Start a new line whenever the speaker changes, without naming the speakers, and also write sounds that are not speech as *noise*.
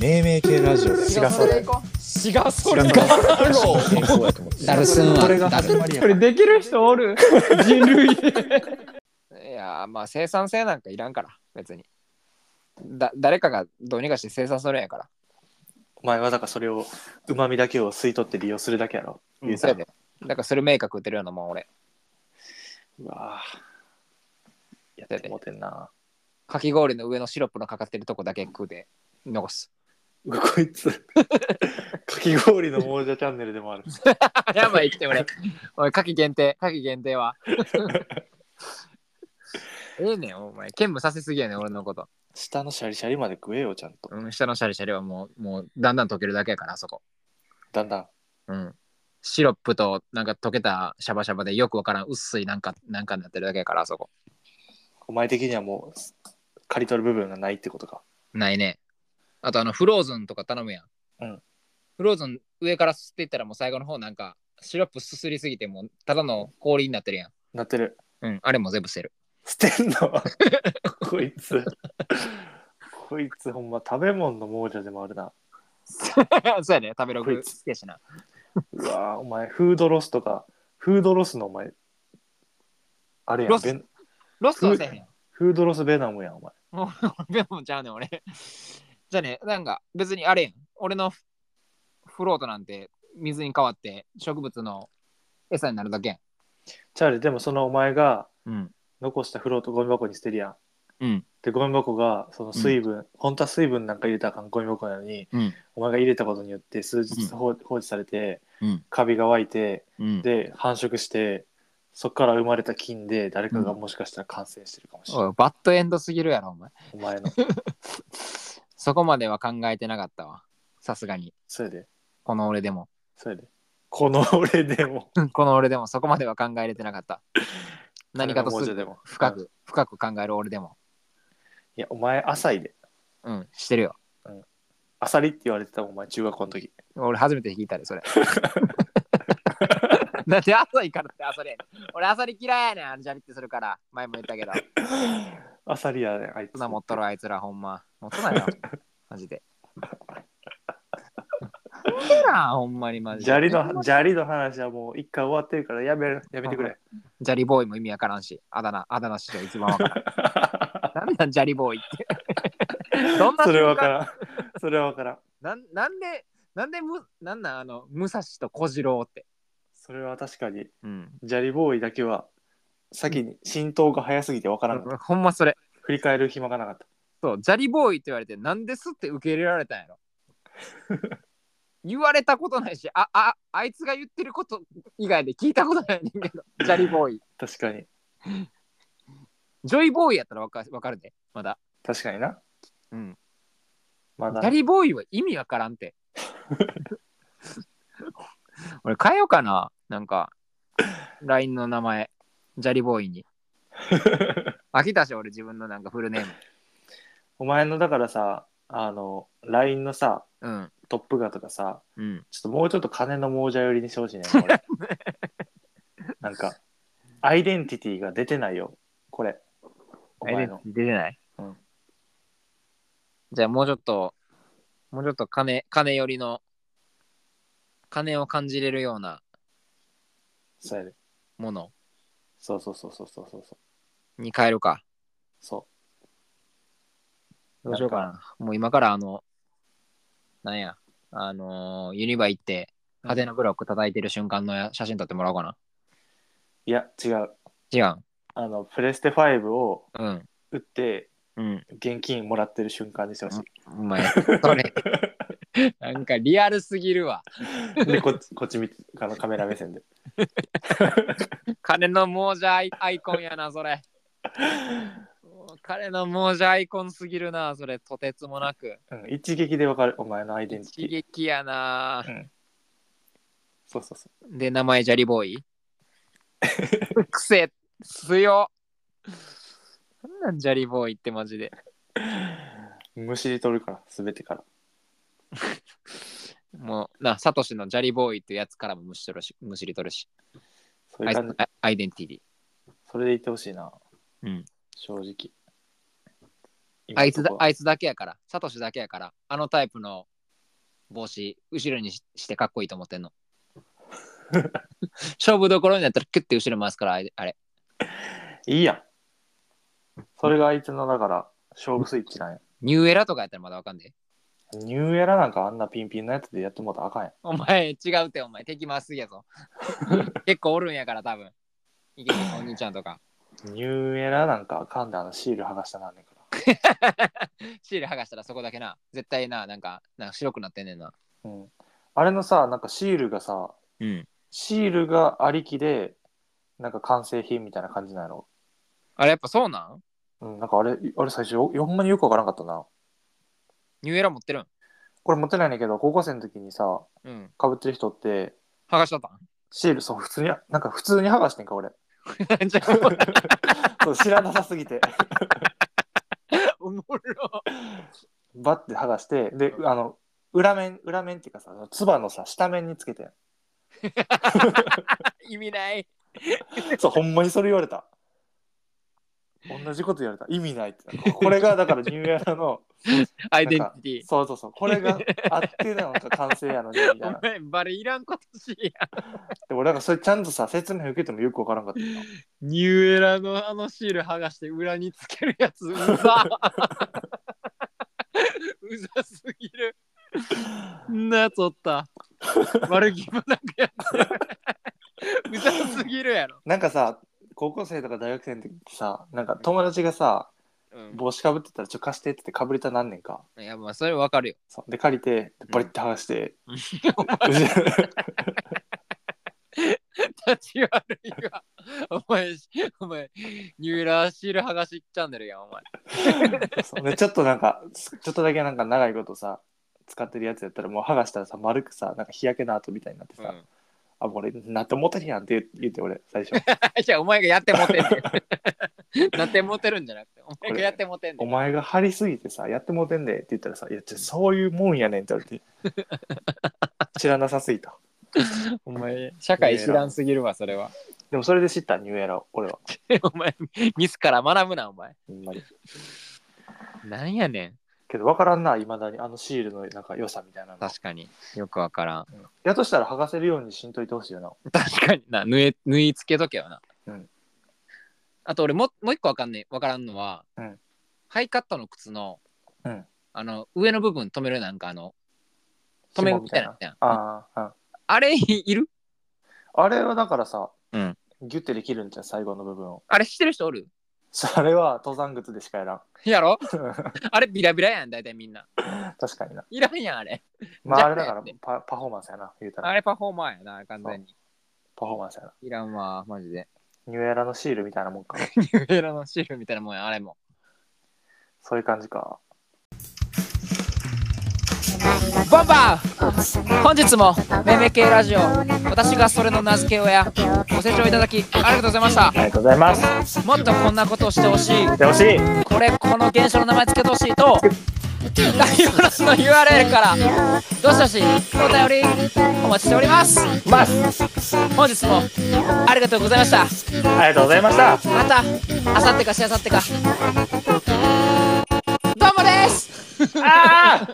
命名系ラジオだよ
違うそれ行こ
違うそれ
違う
か
健康やと思って
ダルスンは
これが
ダ
始
ル
まりや
これできる人お
*laughs*
る人類
いやーまあ生産性なんかいらんから別にだ誰かがどうにかして生産するんやから
お前はだからそれをうまみだけを吸い取って利用するだけやろ。
うん
ゆう
そ
さ
れ
ん
でだからそれ明確打てるようなもん俺
うわぁやってもうてんな。
かき氷の上のシロップのかかってるとこだけ食うで残す
うわこいつ、かき氷の亡者チャンネルでもある。
*laughs* やばい生きて俺おいかき限定かき限定は *laughs* ええねんお前兼務させすぎやねん俺のこと
下のシャリシャリまで食えよ、ちゃんと。
うん下のシャリシャリはもうもうだんだん溶けるだけやからあそこ
だんだん。
うんシロップとなんか溶けたシャバシャバでよくわからん薄いなんかなんかになってるだけやからあそこ
お前的にはもう、刈り取る部分がないってことか。
ないね。あとあのフローズンとか頼むやん。
うん
フローズン上から吸っていったらもう最後の方なんかシロップすすりすぎてもうただの氷になってるやん。
なってる。
うん、あれも全部捨てる。
捨てんのこいつ。こいつほんま食べ物の亡者でもあるな。
*laughs* そうやね、食べロ
グ
グ
好
好きやしな。
うわぁお前、フードロスとか、フードロスのお前、あれや
ロ
ん、
ス
ベン
ロストはせえへんやん。
フードロスベナムやん、お前。
ベもちゃうねん俺。 *laughs* じゃあね、なんか別にあれやん。俺のフフロートなんて水に変わって植物の餌になるだけやん。
チャーリー、でもそのお前が
うん。
残したフロートゴミ箱に捨てるやん。
うん。
で、ゴミ箱が、その水分、本当は水分なんか入れたらあかんゴミ箱なのに、
うん。
お前が入れたことによって数日
う
放放置されて、
うん
カビが湧いて、
うん、
で、繁殖して、そこから生まれた菌で誰かがもしかしたら感染してるかもしれない。
おいバッドエンドすぎるやろ、お前。
お前の。 *laughs*
そこまでは考えてなかったわ。さすがに。
それで、
この俺でも。 *laughs*
それで。この俺でも。
この俺でもそこまでは考えれてなか
*laughs*
った。 *laughs* 何かと
彼
す
の
る
亡者でも。
深
うん。
く、深く考える俺でも。
いや、お前、浅いで。
うん、してるよ。
アサリって言われてたもん、お前、中学校
*laughs*
の時。
俺初めて聞いたで、そ
*laughs*
れ。 *laughs* なんで朝いからって朝で。俺朝に嫌いやねん、あんじゃりってするから。前も言ったけど。
アサリやね、あいつ。
砂持っとろ、あいつらほんま。持っとない
*laughs*
よ。マジで。 *laughs* なんでなん、ほんまにマジで。
砂利の、砂利の話はもう一回終わってるからやめる、やめてくれ。
ジャリボーイも意味わからんし、あだ名、あだ名史上一番わからん。なんなん、ジャリボーイって。 *laughs* どんな
*laughs* それは
瞬
分か
間
らん。それは分からん。
なんなんで、なんでむ、なんなん、あの、武蔵と小次郎って。
それは確かに、
うん。
砂利ボーイだけは、先に浸透が早すぎて分からんかった。
*laughs* ほんまそれ。
振り返る暇がなかった。
そう、ジャリボーイって言われて、なんですって受け入れられたんやろ。
*laughs*
言われたことないし、あ、あ、あいつが言ってること以外で聞いたことないねんけど、ジャリボーイ。
確かに。
ジョイボーイやったらわかわかるで、まだ。
確かにな。
うん。
ま
ジャ
だ。
リボーイは意味わからんて。 *laughs* 俺変えようかな。なんか、LINE の名前、ジャリボーイ
*laughs*
に。飽きたし、俺自分のなんかフルネーム。
お前のだからさ、あの、LINE のさ、
うん。
トップガーとかさ、
うん。
ちょっともうちょっと金の亡者寄りにしてほしい *laughs* ね。これなんか、アイデンティティが出てないよ。これ。お前の。
出てない、
うん
じゃあもうちょっと、もうちょっと金、金寄りの、金を感じれるような
そうやで
もの
そうそうそうそうそうそうそう。
に変えるか。
そ
どうしようかな。
なん
もう今からあの、なんや、あのーユニバ行って、派手なブロック叩いてる瞬間のや写真撮ってもらおうかな。
ういや、違う。
違うん。
あの、プレステ5を
うん。
打って、
うん。
現金もらってる瞬間にしてほし
お前、それ、なんかリアルすぎるわ。
い。で、こっち、こっち見て、あのカメラ目線で。
金の亡者アイアイコンやな、それ。彼の亡者アイコンすぎるな、それ、とてつもなく。
うん、一撃でわかる、お前のアイデンテ
一
ィティ。
撃やな。
そうそうそう。
で、名前、ジャリボーイ。 *laughs* 癖、強。なんなん、ジャリボーイってマジで。
むしり取るから、すべてから。
もう、な、サトシのジャリボーイってやつからもむし取るし、むしり取るし。
そうい
ア
う
イ
感じ。
アイアイデンティティ。
それでいってほしいな。
うん。
正直。今
あいつだ
ここは
あいつだけやから、サトシだけやから、あのタイプの帽子、後ろにししてかっこいいと思って
*laughs*
んの。勝負どころになったらキュッて後ろ回すから、あれ。あれ
いいやん。それがあいつの、だから、勝負スイッチなんや。
ニューエラとかやったらまだわかんで。
ニューエラなんかあんなピンピンのやつでやってもうたらあかんやん。
*laughs* お前、違うって、お前、敵まっすぐや *laughs* ぞ。結構おるんやから、多分。いけるお兄ちゃんと *laughs* か。
ニューエラなんかあかんであのシール剥がしたなんねんから。
シール剥がしたらそこだけな。絶対な、なんか、なんか白くなってんねんな。
うん。あれのさ、なんかシールがさ、
うん。
シールがありきで、なんか完成品みたいな感じなの。
あれ、やっぱそうなん
うん、なんかあれ、あれ最初よ、ほんまによくわからんかったな。
ニューエラ持ってるん
これ持ってないねんだけど、高校生の時にさ、
うん。
被ってる人って、
剥がしとった
シール、そう、普通に、なんか普通に剥がしてんか、俺。 *laughs*
ん *laughs* じゃあ
そう知らなさすぎて。
おもろ。
バッて剥がしてであの裏面裏面っていうかさつばのさ下面につけてん
意味ない。
そうほんまにそれ言われた同じこと言われた意味ないってこれがだからニューエラの
アイデンティテ
そうそうそうこれがあってなんか完成やの
*laughs*
にみ
ィ。
たい
お
な
前、バレいらんことしいや。
で俺なんかそれちゃんとさ説明受けてもよくわからんかったな
ニューエラのあのシール剥がして裏につけるや *laughs* つ、うざ。うざすぎる。んなやつおった。悪気もなくやってる。うざすぎるやろ。
なんかさ高校生とか大学生の時ってさなんか友達がさ
う
帽子かぶってたらちょ貸してって言ってかぶれた何年か
ん、いや、まあ、それわかるよ。
そうで借りてでバリッて剥がして、
うん
後
立ち悪いわ。お前、お前、ニューエラシール剥がしチャンネルやん、お前。
そうね、ちょっとなんかすちょっとだけなんか長いことさ使ってるやつやったらもう剥がしたらさ丸くさなんか日焼けの跡みたいになってさ
う
「
ん *laughs*
あもう俺なってもうてるやん」って言言って俺最初
じゃあお前がやってモテる。 *laughs* なってモテるんじゃなくて、お前がやってモテ
「
ん
お
ねん。
前が張りすぎてさやってもうてんで」って言ったらさ「いやちょそういうもんやねん」って言われて
*laughs*
知らなさすぎた
お前、社会知らんすぎるわ、それは。
でもそれで知ったニューエラを俺は
*laughs* お前、ミスから学ぶな、お前。
ほんまに
なんやねん。
けど分からんないまだにあのシールのなんか良さみたいなの
確かに。よくわからん。 *laughs*
やとしたら剥がせるようにしんといてほしいよな
確かにな、縫い縫い付けとけよな。
うん
あと俺も、もう一個わかんねえ、わからんのは、
うん
ハイカットの靴の、
うん
あの、上の部分止めるなんかあの、止めるみたいなのあったやん
ああ、うん
あれ、いる
あれはだからさ、
うん
ギュッてできるんじゃん最後の部分を
あれしてる人おる
それは登山靴でしかやらん
や
*laughs*
ろあれビラビラやん、大体みんな。
確かにない
らんやん、あれ。
まあ
じゃあ
あれだから
ね
パパフォーマンスやな言うた
あ
ら
れパフォーマーやな、完全に。
パフォーマンスやない
らんわ、マジで。 *laughs*
ニューエラのシールみたいなもんか
ニューエラのシールみたいなもんや、あれも。
そういう感じか
ボンバー本日も、めめ系ラジオ、私がそれの名付け親、ご清聴いただき、ありがとうございました
あ。りがとうございます
もっとこんなことをしてほしい、
でほしい
これ、この現象の名前つけてほしいと、概要欄の URL から、どしどしお便り、お待ちしております。
ます
本日も、ありがとうございました。
ありがとうございました
また、あさってかしあさってか。どうもです
ああ